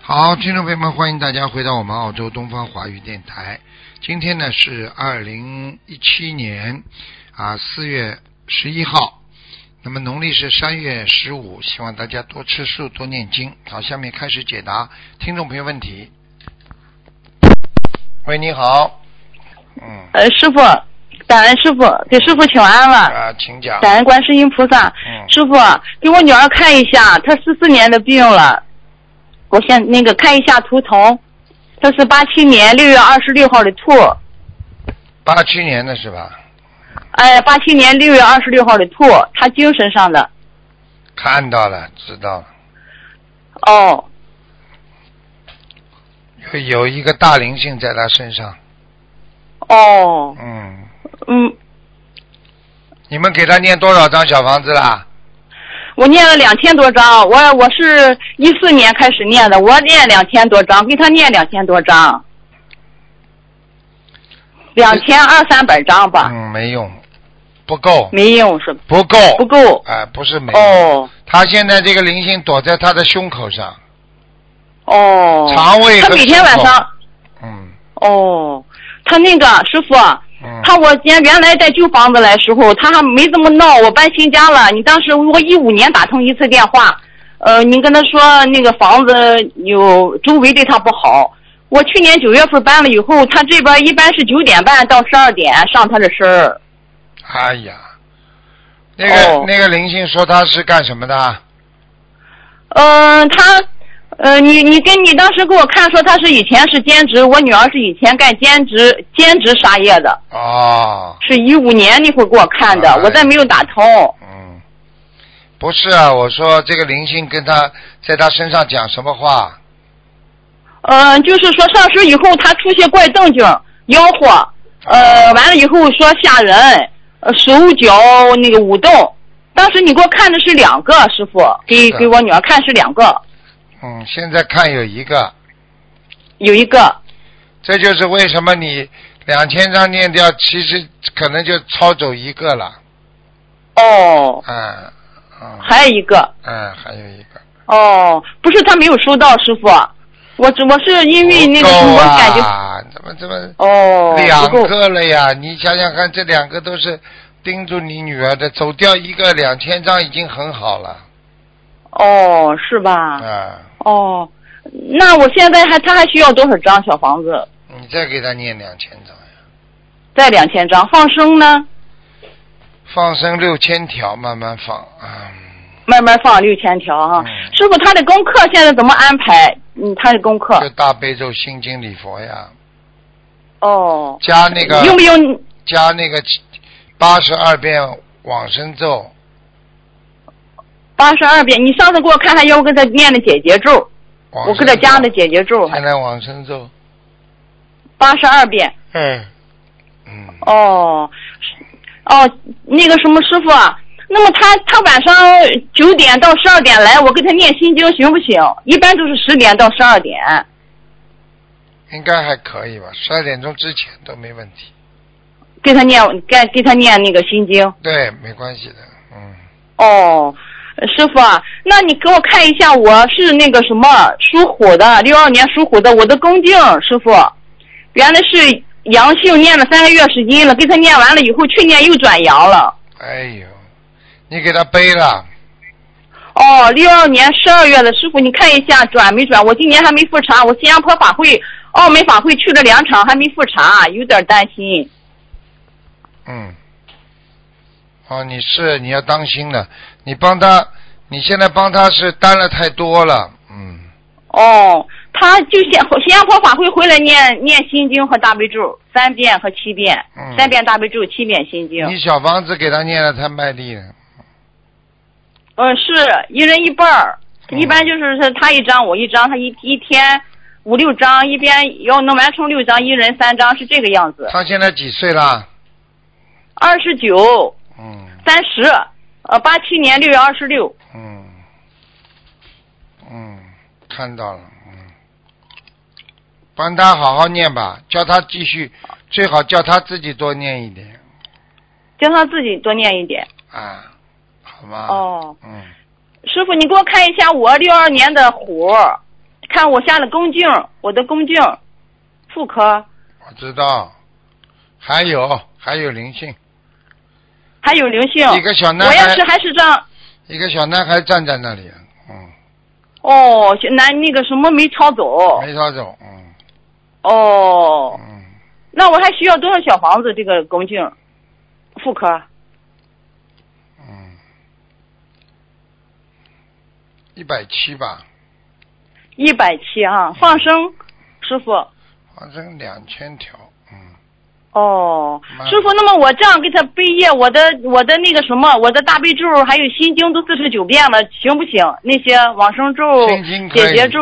好，听众朋友们，欢迎大家回到我们澳洲东方华语电台。今天呢是二零一七年啊四月十一号，那么农历是三月十五，希望大家多吃素，多念经。好，下面开始解答听众朋友问题。喂，你好，嗯呃，师傅，感恩师傅，给师傅请安了，啊，请讲。感恩观世音菩萨。嗯师傅，给我女儿看一下，她四四年的病了，我现那个看一下图腾，她是八七年六月二十六号的兔，八七年的是吧？哎，八七年六月二十六号的兔，她精神上的，看到了，知道了。哦，有有一个大灵性在他身上，哦，嗯，嗯，你们给他念多少张小房子啦？我念了两千多章，我我是一四年开始念的，我念两千多章，给她念两千多章，两千二三百章吧。嗯，没用，不够，没用是吧？不够，不够。哎、不是没用。哦他现在这个灵性躲在他的胸口上，哦。肠胃和他每天晚胸口上嗯哦，他那个师傅，啊嗯，他我原原来在旧房子来时候，他还没这么闹。我搬新家了，你当时我一五年打通一次电话，呃，你跟他说那个房子有周围对他不好。我去年九月份搬了以后，他这边一般是九点半到十二点上他的身儿。哎呀，那个、哦那个灵性说他是干什么的？嗯、他，呃，你你跟你当时给我看说他是以前是兼职，我女儿是以前干兼职兼职杀业的，哦，是一五年那会儿给我看的，哎我再没有打通。嗯，不是啊，我说这个灵性跟他在他身上讲什么话？嗯、就是说上身以后他出些怪动静，吆喝，呃，完了以后说吓人，呃，手脚那个舞动。当时你给我看的是两个师傅，给是给我女儿看是两个，嗯，现在看有一个，有一个这就是为什么你两千张念掉，其实可能就抄走一个了。哦，嗯，嗯，还有一个嗯，还有一个。哦，不是他没有收到师傅，我只我是因为那个什不够么我感觉啊，怎么怎么哦两不够个了呀？你想想看，这两个都是盯住你女儿的，走掉一个两千张已经很好了。哦是吧？啊，哦，那我现在还他还需要多少张小房子？你再给她念两千张呀，再两千张，放生呢？放生六千条，慢慢放啊。慢慢放六千条哈、嗯师傅，他的功课现在怎么安排？嗯，他的功课就大悲咒、心经、礼佛呀，哦，加那个用不用？加那个八十二遍往生咒，八十二遍，你上次给我看还要我给他念的解结咒，往我生给他加的咒解结咒，哦现在往生咒，八十二遍。嗯，嗯，哦，哦，那个什么师傅啊，那么他他晚上九点到十二点来，我给他念心经行不行？一般都是十点到十二点。应该还可以吧，十二点钟之前都没问题，给他念，给给他念那个心经。对，没关系的，嗯，哦，师傅啊，那你给我看一下，我是那个什么属虎的，六二年属虎的，我的恭敬师傅，原来是阳性，念了三个月时间了，给他念完了以后，去年又转阳了。哎呦，你给他背了，哦，六二年十二月的师傅，你看一下转没转？我今年还没复查，我新加坡法会、澳门法会去了两场，还没复查，有点担心。嗯，哦，你是你要当心了，你帮他，你现在帮他是担了太多了，嗯，哦，他就先新加坡法会回来念念心经和大悲咒三遍和七遍，嗯三遍大悲咒，七遍心经。你小房子给他念的太卖力了，呃，是一人一半儿，嗯一般就是是他一张我一张，他一一天五六张，一边要能完成六张，一人三张是这个样子。他现在几岁啦？二十九、嗯。三十，呃，八七年六月二十六。嗯，嗯，看到了，嗯，帮他好好念吧，叫他继续，最好叫他自己多念一点叫他自己多念一点。啊，好吗？，哦，嗯，师傅，你给我看一下我六二年的虎，看我下了宫颈，我的宫颈妇科我知道，还有还有灵性，还有灵性。一个小男我要孩是，还是这样，一个小男孩站在那里，嗯，哦，男那个什么没抄走，没他走，嗯哦，嗯，那我还需要多少小房子？这个宫颈妇科嗯，一百七吧，一百七啊，放生，师傅。反正两千条，嗯，哦妈，师傅，那么我这样给他背业，我的我的那个什么，我的大悲咒还有心经都四十九遍了，行不行？那些往生咒心经、可以解结咒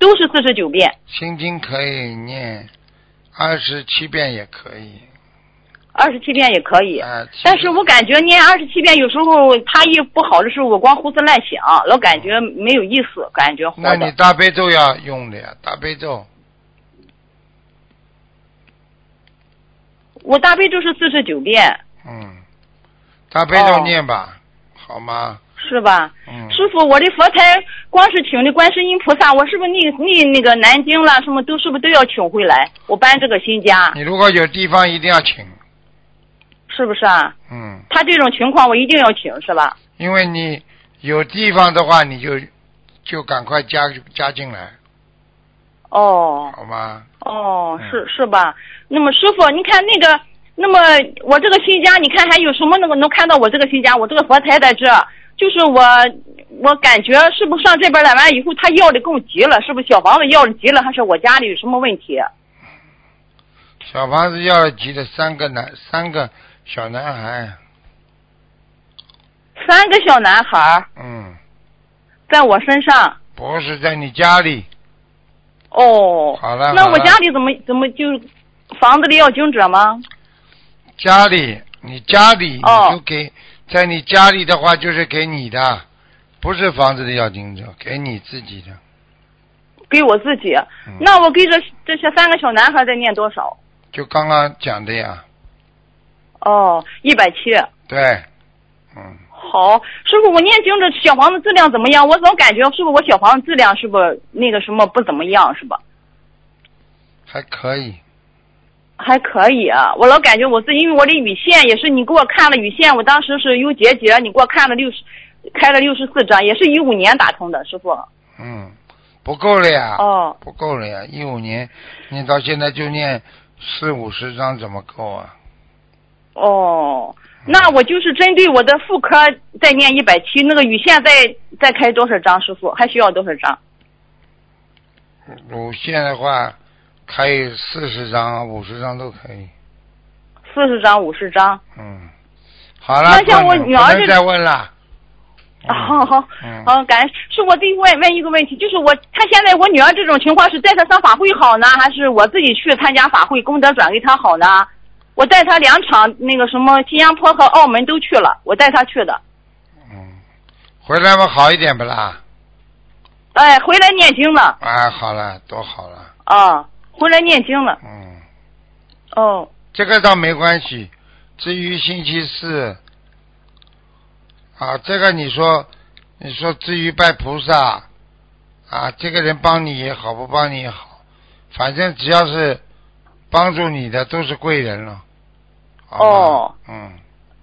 都是四十九遍，心经可以念二十七遍也可以，二十七遍也可以。啊、其但实是我感觉念二十七遍，有时候他一不好的时候，我光胡思乱想，老感觉没有意思，感觉活那你的。大悲咒要用的呀，大悲咒，我大悲咒是四十九遍，嗯，大悲咒哦念吧，好吗？是吧？嗯，师傅，我的佛台光是请的观世音菩萨，我是不是那那那个南京啦，什么都是不是都要请回来？我搬这个新家，你如果有地方一定要请，是不是啊？嗯，他这种情况我一定要请，是吧？因为你有地方的话，你就就赶快加加进来，哦好吗？哦，嗯是是吧？那么师傅，你看那个，那么我这个新家，你看还有什么能够能看到我这个新家？我这个佛台在这，就是我我感觉是不是上这边来完以后，他要的更急了？是不是小房子要的急了，还是我家里有什么问题？小房子要急的三个男三个小男孩，三个小男孩儿嗯，在我身上。不是在你家里，哦，好了那好我了家里怎么怎么就房子里要经者吗？家里你家里哦你就给、在你家里的话就是给你的，不是房子的要经者，给你自己的。给我自己，嗯、那我给这这些三个小男孩再念多少？就刚刚讲的呀，哦，一百七。对，嗯，好，师傅，我念经这小房子质量怎么样？我总感觉是不是我小房子质量是不是那个什么不怎么样，是吧？还可以，还可以啊，我老感觉我是因为我的雨线也是你给我看了雨线，我当时是有结节，你给我看了六十，开了六十四张，也是一五年打通的，师傅。嗯，不够了呀，哦，不够了呀，一五年你到现在就念四五十张，怎么够啊？哦，那我就是针对我的妇科再念一百七，那个乳腺再再开多少张？师傅还需要多少张？乳腺的话，可以四十张、五十张都可以，四十张、五十张。嗯，好了，那像我不能女儿不能这再问了，啊，好好嗯，好，感恩。是我再问问一个问题，就是我她现在我女儿这种情况是带她上法会好呢，还是我自己去参加法会功德转给她好呢？我带她两场那个什么新加坡和澳门都去了，我带她去的。嗯，回来嘛好一点不啦？哎，回来念经了啊，好了，多好了，啊，回来念经了。嗯，哦，这个倒没关系。至于星期四，啊，这个你说，你说至于拜菩萨，啊，这个人帮你也好，不帮你也好，反正只要是帮助你的都是贵人了。好吗哦，嗯，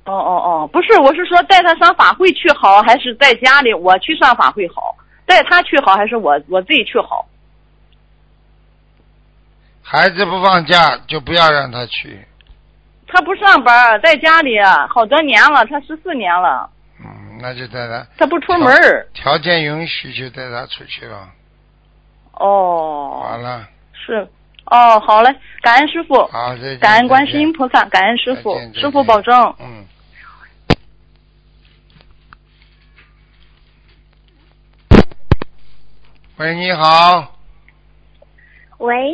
哦哦哦，不是，我是说带他上法会去好，还是在家里我去上法会好？带他去好，还是我我自己去好？孩子不放假就不要让他去，他不上班，在家里啊好多年了，他十四年了，嗯，那就带他他不出门儿。条件允许就带他出去了。好哦，了，是，哦，好嘞，感恩师傅，好，再见。感恩观再世见音菩萨，感恩师傅再见，师傅保重。嗯。喂，你好，喂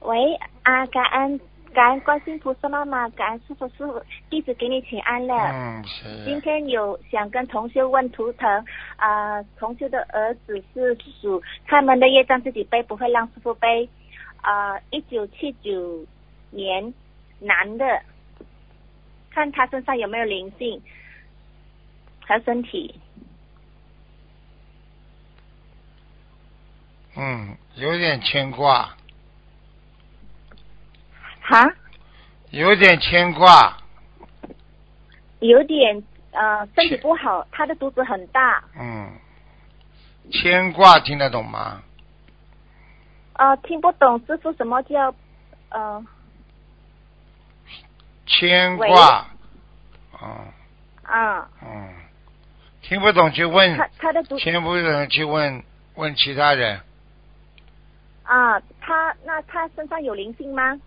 喂啊，感恩感恩观世音菩萨妈妈，感恩师傅师傅，弟子给你请安哦了。嗯，今是，天有想跟同修问图腾，啊、同修的儿子是属他们的业障自己背，不会让师傅背。啊、一九七九年男的，看他身上有没有灵性和身体。嗯，有点牵挂，哈，有点牵挂，有点呃身体不好，他的肚子很大，嗯，牵挂听得懂吗？呃，听不懂师傅什么叫呃牵挂，嗯啊，嗯，听不懂去问，他他的肚听不懂去问问其他人，啊，他那他身上有灵性吗？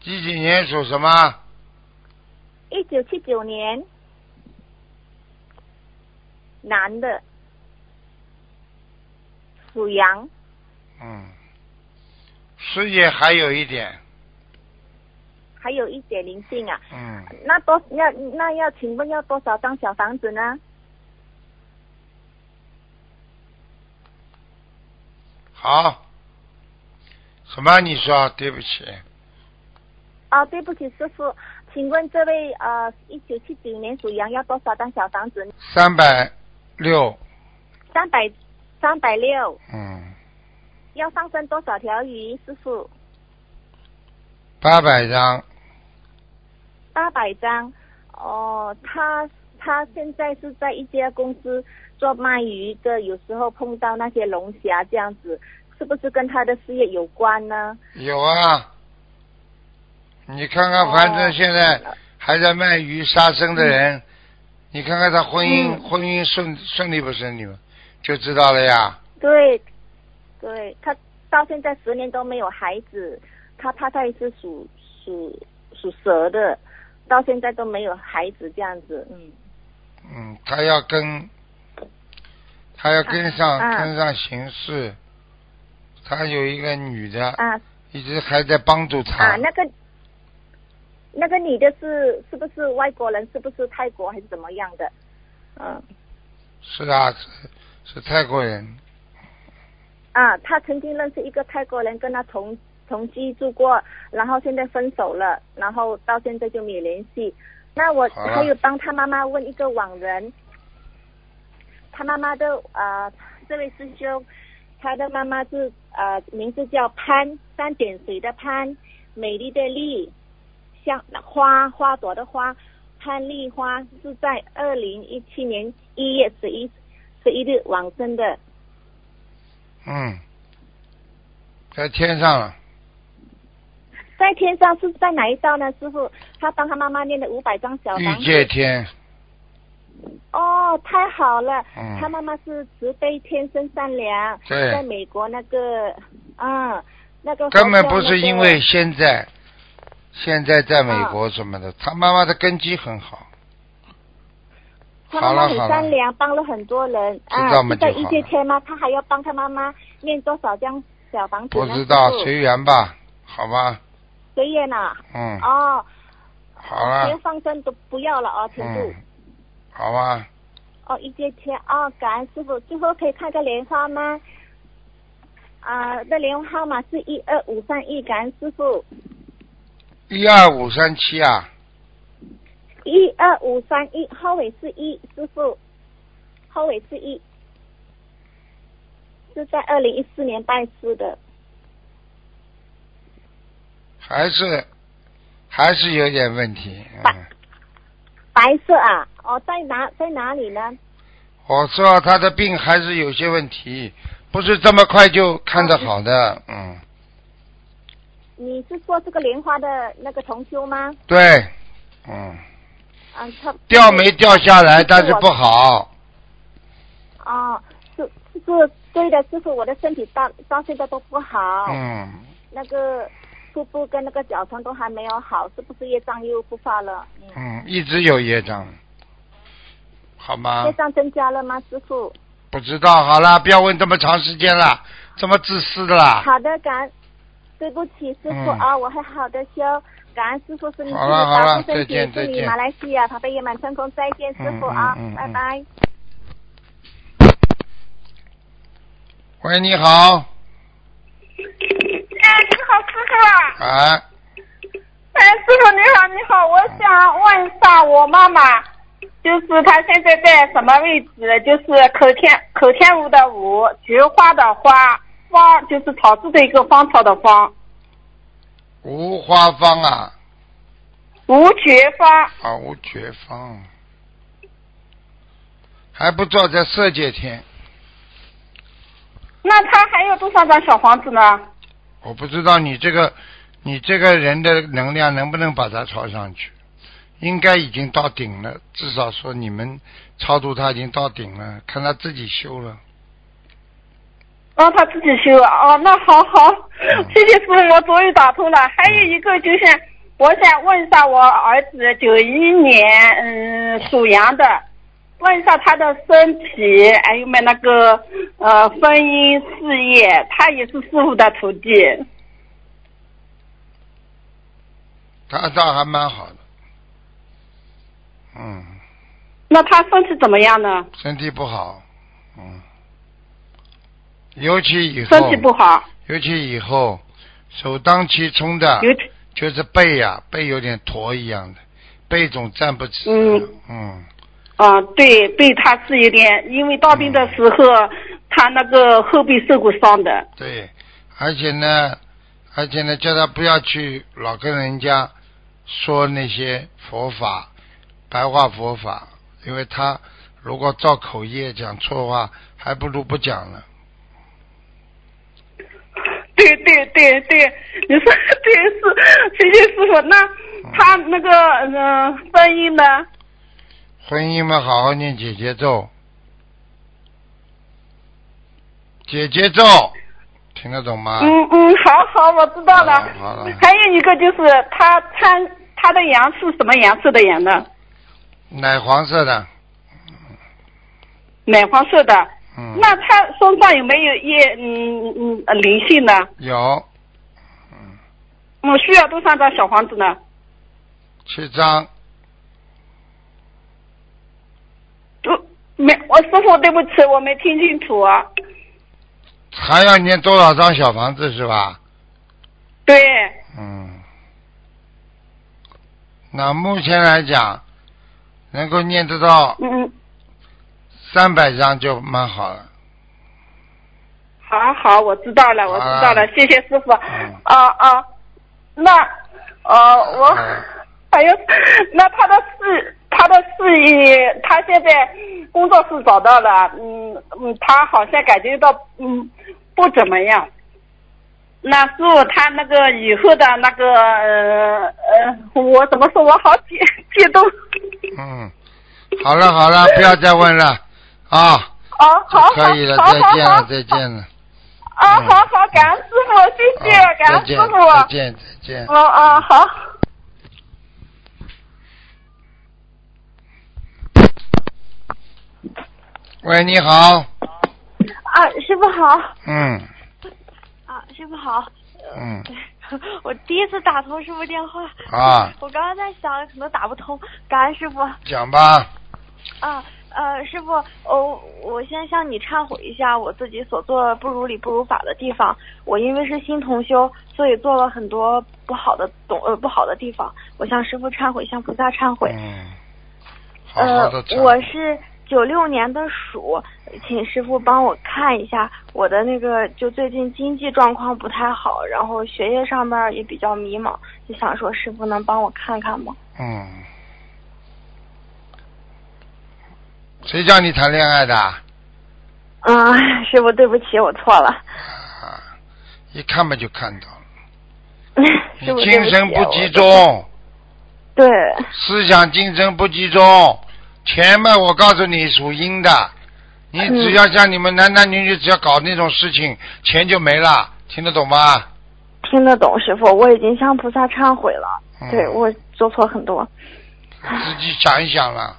几几年属什么？一九七九年，男的，属羊，嗯，事业还有一点，还有一点灵性啊。嗯，那多要那要请问要多少张小房子呢？好，什么？你说？对不起，啊，对不起，师傅，请问这位呃，一九七九年属羊要多少张小房子？三百六，三百三百六，嗯，要上升多少条鱼？师傅，八百张，八百张。哦，他他现在是在一家公司做卖鱼的，有时候碰到那些龙虾这样子，是不是跟他的事业有关呢？有啊。你看看，哦反正现在还在卖鱼杀生的人，你看看他婚姻、嗯婚姻顺顺利不顺利吧，就知道了呀。对，对他到现在十年都没有孩子，他他他也是属属属蛇的，到现在都没有孩子这样子，嗯，嗯，他要跟，他要跟上、啊跟上形势。他有一个女的，啊一直还在帮助他。啊，那个那个女的是是不是外国人？是不是泰国还是怎么样的？嗯是啊，是是泰国人。啊，他曾经认识一个泰国人，跟他同同居住过，然后现在分手了，然后到现在就没联系。那我好了还有帮他妈妈问一个网人，他妈妈的啊、呃，这位师兄，他的妈妈是呃，名字叫潘，三点水的潘，美丽的丽，像花花朵的花，潘丽花是在二零一七年一月十一十一日往生的。嗯，在天上了。在天上是在哪一道呢？师傅，他帮他妈妈念的五百张小欲房界子。天，哦，太好了！嗯他妈妈是慈悲、天生善良，对在美国那个，嗯，那个根本佛教不是那个因为现在，现在在美啊国什么的，他妈妈的根基很好。他妈妈很好了善良，帮了很多人知道啊。嘛是在就一好界了天吗？他还要帮他妈妈念多少张小房子不呢？知道师傅随缘吧，好吧，随缘呐。嗯，哦，好连了，放生都不要了哦，全部。嗯，好吧，哦，一节天哦，感恩师傅，最后可以看个莲花吗？啊、那莲花号码是一二五三一，感恩师傅，一二五三七啊，一二五三一，后尾是一，师傅，后尾是一，是在二零一四年拜师的，还是还是有点问题。嗯，白色啊，哦，在哪在哪里呢？我说他的病还是有些问题，不是这么快就看得好的。嗯，你是说这个莲花的那个同修吗？对，嗯，啊，他掉没掉下来，是但是我不好。哦，是是是对的，师傅，我的身体到到现在都不好。嗯，那个腹部跟那个脚床都还没有好，是不是业障又复发了？嗯，嗯，一直有业障，好吗业？障增加了吗，师傅？不知道，好啦，不要问这么长时间了，这么自私的啦。好的，感恩，对不起，师傅啊嗯啊、我会好的修。感恩师傅是你好了好了身体再见，祝再你见马来西亚爬贝圆满成功，再见，师傅啊、嗯嗯嗯嗯拜拜。喂，你好，哎，你好，师傅。啊，哎，师傅你好，你好，我想问一下我妈妈，就是他现在在什么位置？就是口天口天吴的吴，菊花的花，芳就是草字的一个芳草的芳，吴花芳啊，吴觉芳。啊吴觉芳，还不知道在色界天，那他还有多少张小房子呢？我不知道你这个你这个人的能量能不能把它超上去，应该已经到顶了，至少说你们超度他已经到顶了，看他自己修了。让他自己修啊哦，那好好，嗯谢谢师傅，我终于打通了。还有一个就是，我想问一下我儿子九一年，嗯，属羊的，问一下他的身体，还有没有那个呃婚姻事业，他也是师傅的徒弟。他倒还蛮好的，嗯，那他身体怎么样呢？身体不好，嗯，尤其以后，啊身体不好，尤其以后首当其冲的有就是背呀、背有点驼一样的，背总站不直，嗯嗯啊、对对，他是有点，因为当兵的时候，嗯他那个后背受过伤的。对，而且呢，而且呢，叫他不要去老跟人家说那些佛法、白话佛法，因为他如果造口业讲错话，还不如不讲了。对对对对，你说对是，谢谢师傅。那他那个嗯、呃婚姻呢？婚姻嘛，好好念姐姐咒，姐姐咒，听得懂吗？嗯嗯，好好，我知道了。好了啊好了还有一个就是他穿他的羊是什么颜色的羊呢？奶黄色的，奶黄色的。嗯，那他身上有没有业嗯嗯灵性呢？有嗯我需要多少张小房子呢？七张，都没，我师傅对不起，我没听清楚啊。还要念多少张小房子是吧？对，嗯，那目前来讲，能够念得到嗯，三百张就蛮好了。好好，我知道了，我知道了，啊谢谢师傅。嗯啊啊，那呃，我、 嗯还有那他的事，他的事业，他现在工作室找到了，嗯嗯，他好像感觉到嗯不怎么样。那师傅，他那个以后的那个呃呃，我怎么说？我好激激动。嗯，好了好了，不要再问了啊，哦，嗯好好，可以了，好好再见好了，再见了，啊，好好，感恩师傅，谢谢，啊感再恩师见，傅。再见，再见。哦哦，好。喂，你好，啊，师傅好嗯啊，师傅好。呃嗯， 我第一次打通师傅电话啊 我刚刚在想可能打不通，感恩师傅讲吧，啊，呃，师傅，哦，我先向你忏悔一下我自己所做不如理不如法的地方。我因为是新同修，所以做了很多不好的懂呃不好的地方。我向师傅忏悔，向菩萨忏悔。嗯，好好的呃，我是九六年的鼠，请师傅帮我看一下我的那个，就最近经济状况不太好，然后学业上面也比较迷茫，就想说师傅能帮我看看吗？嗯，谁叫你谈恋爱的？啊嗯， 师傅对不起，我错了。 啊，一看嘛就看到了，你师傅对精不起神我不集中，对，思想精神不集中，钱嘛，我告诉你属阴的，你嗯只要像你们男男女女只要搞那种事情，钱就没了，听得懂吗？听得懂师傅，我已经向菩萨忏悔了。嗯对我做错很多，自己想一想了，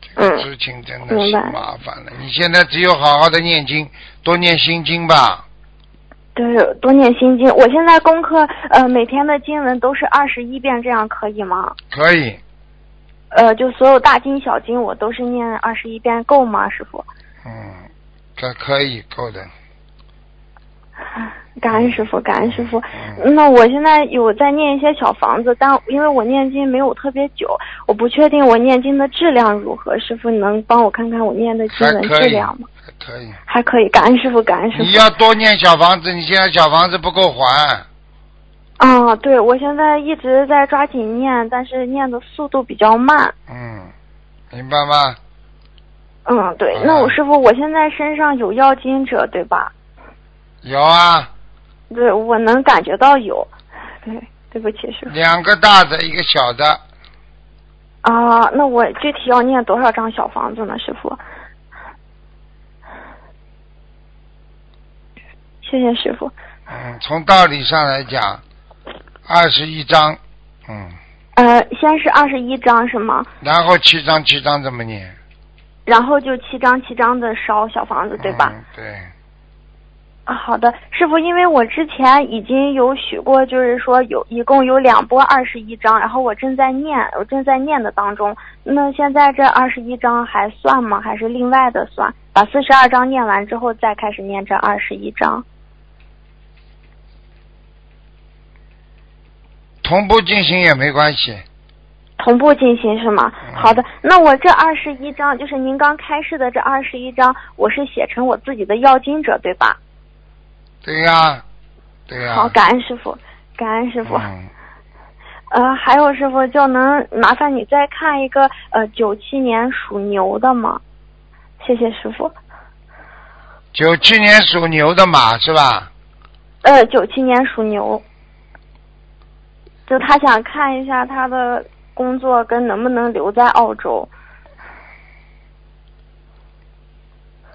这个嗯事情真的明是白麻烦了。你现在只有好好的念经，多念心经吧。对，多念心经。我现在功课呃每天的经文都是二十一遍，这样可以吗？可以，呃，就所有大经小经我都是念二十一遍，够吗，师傅？嗯，可可以够的，感恩师傅，感恩师傅。嗯那我现在有在念一些小房子，但因为我念经没有特别久，我不确定我念经的质量如何。师傅，你能帮我看看我念的经还文可质以，量吗？还可以。还可以，感恩师傅，感恩师你傅。要多念小房子，你现在小房子不够还，啊，对，我现在一直在抓紧念，但是念的速度比较慢。嗯，明白吗？嗯，对啊。那我师傅，我现在身上有要经者，对吧？有啊，对，我能感觉到有。对，对不起，师傅。两个大的，一个小的，啊，那我具体要念多少张小房子呢，师傅？谢谢师傅。嗯，从道理上来讲，二十一章，嗯，呃，先是二十一张是吗？然后七章七章这么念，然后就七张七张的烧小房子，对吧？嗯对，啊，好的，师傅，因为我之前已经有许过，就是说有一共有两波二十一章，然后我正在念，我正在念的当中。那现在这二十一章还算吗？还是另外的算？把四十二章念完之后再开始念这二十一章。同步进行也没关系，同步进行是吗？嗯好的，那我这二十一章，就是您刚开示的这二十一章，我是写成我自己的要经者，对吧？对呀、对呀、好，感恩师傅，感恩师傅。嗯，呃，还有师傅，就能麻烦你再看一个呃九七年属牛的吗？谢谢师傅。九七年属牛的马是吧？呃，九七年属牛，就他想看一下他的工作跟能不能留在澳洲。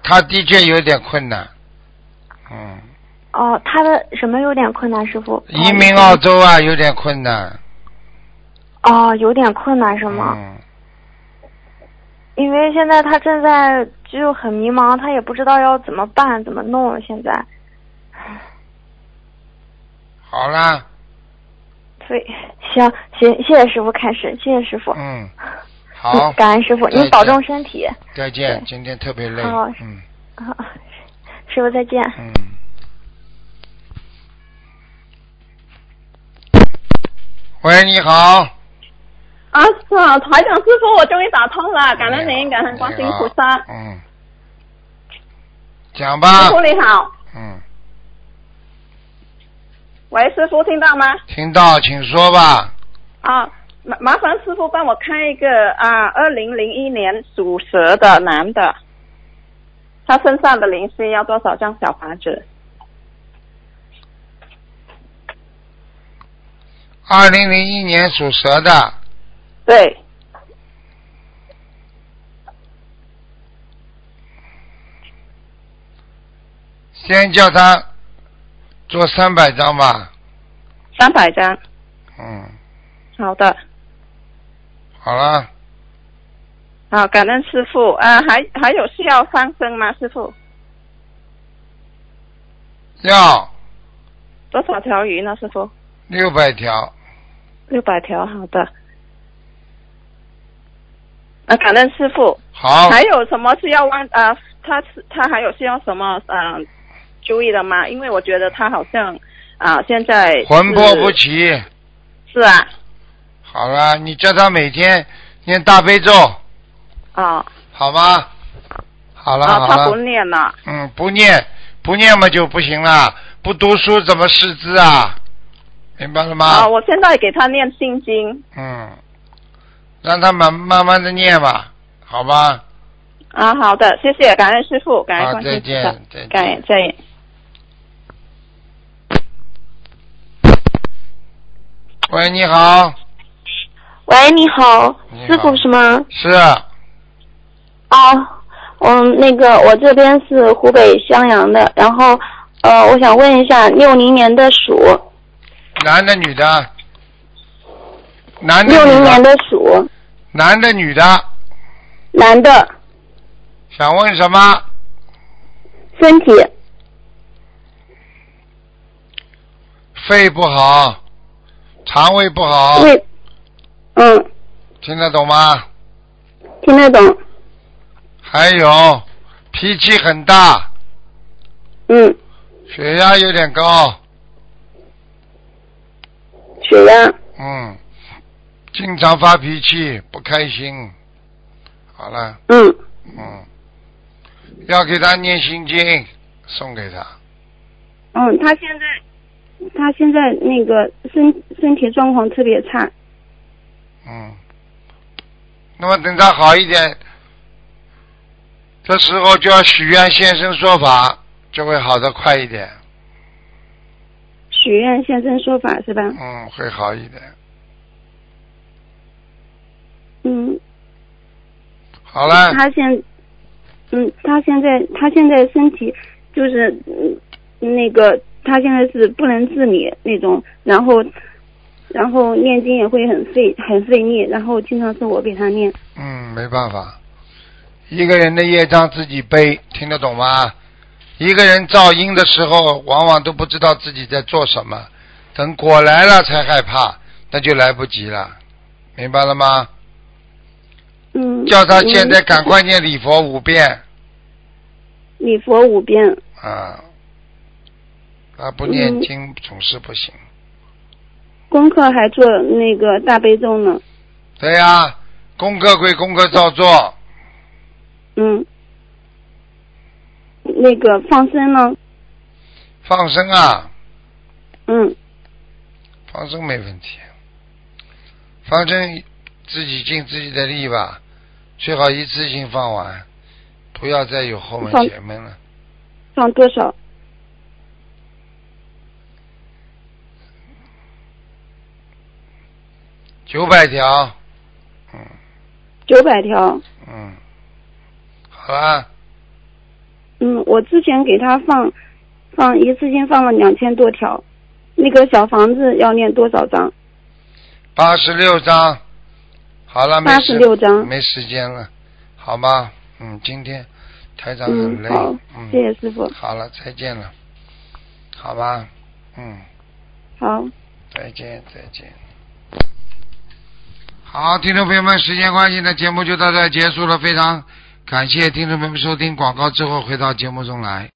他的确有点困难，嗯，哦、他的什么有点困难，师傅？不好意移思民澳。洲啊有点困难，哦、有点困难是吗？嗯，因为现在他正在就很迷茫，他也不知道要怎么办、怎么弄。现在，好啦，所以行行，谢谢师傅开始，谢谢师傅。嗯，嗯好， 感恩师傅，再您保见重身体。再见对，今天特别累好，嗯啊，师傅再见。嗯。喂，你好。啊，是啊，台长师傅，我终于打通了，啊感恩哎您，感恩观世音菩萨。你好嗯，讲师吧。傅你好，嗯，喂，师傅听到吗？听到，请说吧。啊，麻麻烦师傅帮我看一个啊，二零零一年属蛇的男的，他身上的灵性要多少张小房子？二零零一年属蛇的，对，先叫他做三百张吧。三百张。嗯，好的，好了，好，感恩师傅啊，还还有需要上升吗？师傅，要多少条鱼呢？师傅，六百条。六百条，好的。啊，感恩师傅。好，还有什么是要忘呃，他是他还有需要什么呃注意的吗？因为我觉得他好像啊、现在是魂魄不齐。是啊好了，你叫他每天念大悲咒，啊好吗？好了，啊，好他不了。念了嗯，不念，不念嘛就不行了。不读书怎么识字啊？明白了吗？啊，我现在给他念心经嗯，让他慢慢慢的念吧，好吧？啊，好的，谢谢，感恩师傅，感恩好，啊关再心见，再见。感恩再见。喂，你好，喂，你好，你好师傅是吗？是哦，嗯，那个我这边是湖北襄阳的，然后呃，我想问一下，六零年的鼠，男的女的？男的六零女年的？的鼠，男的女的？男的，想问什么？身体肺不好，肠胃不好，胃，嗯，听得懂吗？听得懂，还有脾气很大，嗯，血压有点高，血压。嗯，经常发脾气，不开心。好了，嗯，嗯，要给他念心经，送给他。嗯，他现在，他现在那个身身体状况特别差。嗯，那么等他好一点，这时候就要许愿现身说法，就会好的快一点。许愿现身说法是吧？嗯，会好一点。嗯，好了，他现，嗯，他现在他现在身体就是，嗯，那个他现在是不能自理那种，然后，然后念经也会很费很费力，然后经常是我给他念。嗯，没办法，一个人的业障自己背，听得懂吗？一个人噪音的时候，往往都不知道自己在做什么，等果来了才害怕，那就来不及了，明白了吗？嗯，叫他现在嗯赶快念礼佛五遍礼佛五遍。啊！他不念嗯经总是不行。功课还做那个大悲咒呢。对呀、功课归功课照做，嗯，那个放生呢？放生啊，嗯放生没问题，放生自己尽自己的力吧，最好一次性放完，不要再有后门放前门了。放多少？九百条，嗯九百条。嗯，好啦，嗯，我之前给他放放一次性放了两千多条。那个小房子要念多少张？八十六章，好了，没时86章没时间了，好吗？嗯，今天台长很嗯，累，好嗯，，谢谢师傅。好了，再见了，好吧，嗯。好，再见，再见。好，听众朋友们，时间关系呢，节目就到这儿结束了。非常感谢听众朋友们收听广告之后回到节目中来。